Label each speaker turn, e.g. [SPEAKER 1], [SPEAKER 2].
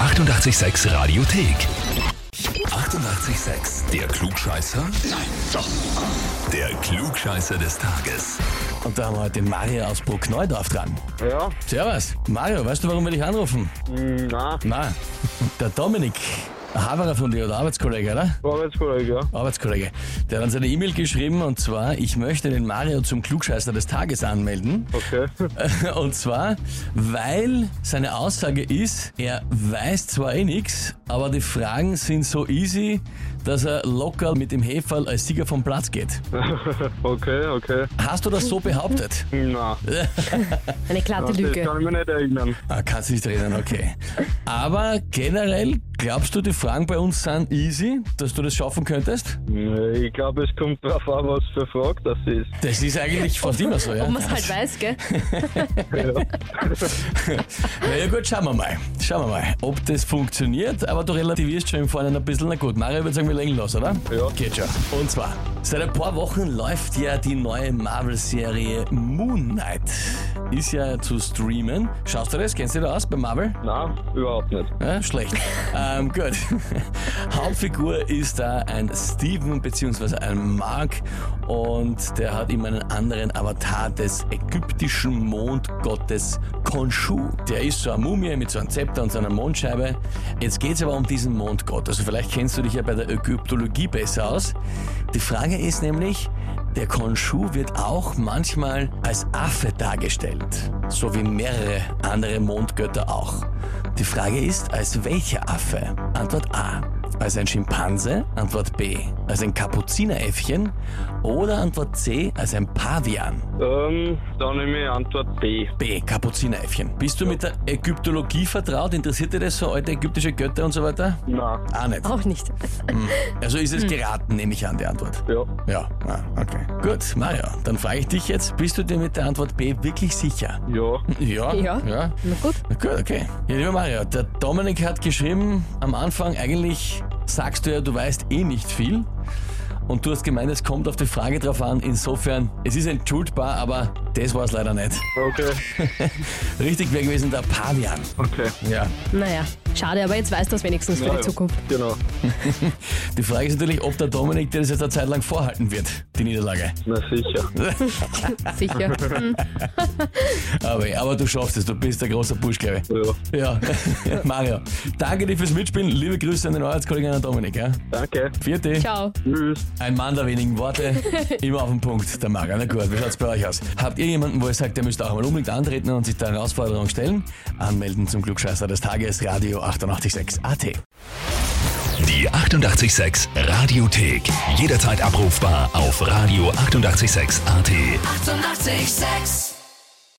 [SPEAKER 1] 886 Radiothek. 88,6. Der Klugscheißer? Nein, doch. Der Klugscheißer des Tages.
[SPEAKER 2] Und da haben wir heute den Mario aus Bruckneudorf dran.
[SPEAKER 3] Ja,
[SPEAKER 2] Servus. Mario, weißt du, warum wir dich anrufen?
[SPEAKER 3] mh, na,
[SPEAKER 2] Na, der Dominik, ein Haberer von dir oder Arbeitskollege, oder?
[SPEAKER 3] Arbeitskollege, ja.
[SPEAKER 2] Arbeitskollege. Der hat uns eine E-Mail geschrieben und zwar, ich möchte den Mario zum Klugscheißer des Tages anmelden.
[SPEAKER 3] Okay.
[SPEAKER 2] Und zwar, weil seine Aussage ist, er weiß zwar eh nix, aber die Fragen sind so easy, dass er locker mit dem Heferl als Sieger vom Platz geht.
[SPEAKER 3] okay, okay.
[SPEAKER 2] Hast du das so behauptet?
[SPEAKER 3] Na,
[SPEAKER 4] Eine glatte
[SPEAKER 3] das
[SPEAKER 4] Lüge.
[SPEAKER 3] kann ich mich nicht erinnern.
[SPEAKER 2] Ah, kannst nicht reden, okay. Aber generell, glaubst du, die Fragen bei uns sind easy, dass du das schaffen könntest?
[SPEAKER 3] Nee, Ich glaube, es kommt drauf an, was für Frage das ist.
[SPEAKER 2] Das ist eigentlich fast immer so, ja?
[SPEAKER 4] Ob man es halt weiß, gell?
[SPEAKER 2] Na ja gut, schauen wir mal. Schauen wir mal, ob das funktioniert, aber du relativierst schon im Vorhinein ein bisschen. Na gut, Mario würde sagen, wir legen los, oder?
[SPEAKER 3] Ja.
[SPEAKER 2] Geht schon. Und zwar, seit ein paar Wochen läuft ja die neue Marvel-Serie Moon Knight. Ist ja zu streamen. Schaust du das? Kennst du dich da aus bei Marvel?
[SPEAKER 3] Na, überhaupt nicht.
[SPEAKER 2] Ja, schlecht. ähm, gut. Hauptfigur ist da ein Steven beziehungsweise ein Mark und der hat immer einen anderen Avatar des ägyptischen Mondgottes Khonshu. Der ist so eine Mumie mit so einem Zepter und so einer Mondscheibe. Jetzt geht's aber um diesen Mondgott. Also vielleicht kennst du dich ja bei der Ägyptologie besser aus. Die Frage ist nämlich, der Khonshu wird auch manchmal als Affe dargestellt, so wie mehrere andere Mondgötter auch. Die Frage ist, als welcher Affe? Antwort A. Als ein Schimpanse? Antwort B. Als ein Kapuzineräffchen? Oder Antwort C. Als ein Pavian?
[SPEAKER 3] Ähm, dann nehme ich Antwort B.
[SPEAKER 2] B. Kapuzineräffchen. Bist du mit der Ägyptologie vertraut? Interessiert dir das so, alte ägyptische Götter und so weiter?
[SPEAKER 3] Na,
[SPEAKER 2] Ah, nicht.
[SPEAKER 4] Auch nicht.
[SPEAKER 2] Also ist es geraten, nehme ich an, die Antwort.
[SPEAKER 3] ja.
[SPEAKER 2] Ja, ah, okay. Gut, Mario, dann frage ich dich jetzt, bist du dir mit der Antwort B wirklich sicher?
[SPEAKER 3] Ja,
[SPEAKER 2] Ja.
[SPEAKER 4] Ja. Na gut.
[SPEAKER 2] Na Gut, okay. Ja, lieber Mario, der Dominik hat geschrieben, am Anfang eigentlich sagst du ja, du weißt eh nicht viel. Und du hast gemeint, es kommt auf die Frage drauf an. Insofern, es ist entschuldbar, aber das war es leider nicht.
[SPEAKER 3] okay.
[SPEAKER 2] Richtig wäre gewesen der Pavian.
[SPEAKER 3] Okay.
[SPEAKER 2] Ja.
[SPEAKER 4] Naja, schade, aber jetzt weißt du es wenigstens für
[SPEAKER 3] Ja,
[SPEAKER 4] die
[SPEAKER 3] ja.
[SPEAKER 4] Zukunft.
[SPEAKER 3] Genau.
[SPEAKER 2] Die Frage ist natürlich, ob der Dominik dir das jetzt eine Zeit lang vorhalten wird, die Niederlage.
[SPEAKER 3] Na sicher.
[SPEAKER 4] Sicher. Hm.
[SPEAKER 2] Aber, aber du schaffst es, du bist der große Busch, glaube ich. Ja,
[SPEAKER 3] Ja.
[SPEAKER 2] Mario, danke dir fürs Mitspielen. Liebe Grüße an den Arbeitskollegen an den Dominik. Ja.
[SPEAKER 3] Danke.
[SPEAKER 2] Vierte,
[SPEAKER 4] Ciao.
[SPEAKER 3] Tschüss.
[SPEAKER 2] ein Mann der wenigen Worte, immer auf den Punkt, der Mario. Na gut, wie schaut's bei euch aus? Habt ihr jemanden, wo ihr sagt, der müsste auch mal unbedingt antreten und sich der Herausforderung stellen? Anmelden zum Glückscheißer des Tages, Radio 886 AT.
[SPEAKER 1] Die 88,6 Radiothek. Jederzeit abrufbar auf radio886.at. 88,6.
[SPEAKER 5] Eighty-eight, sex.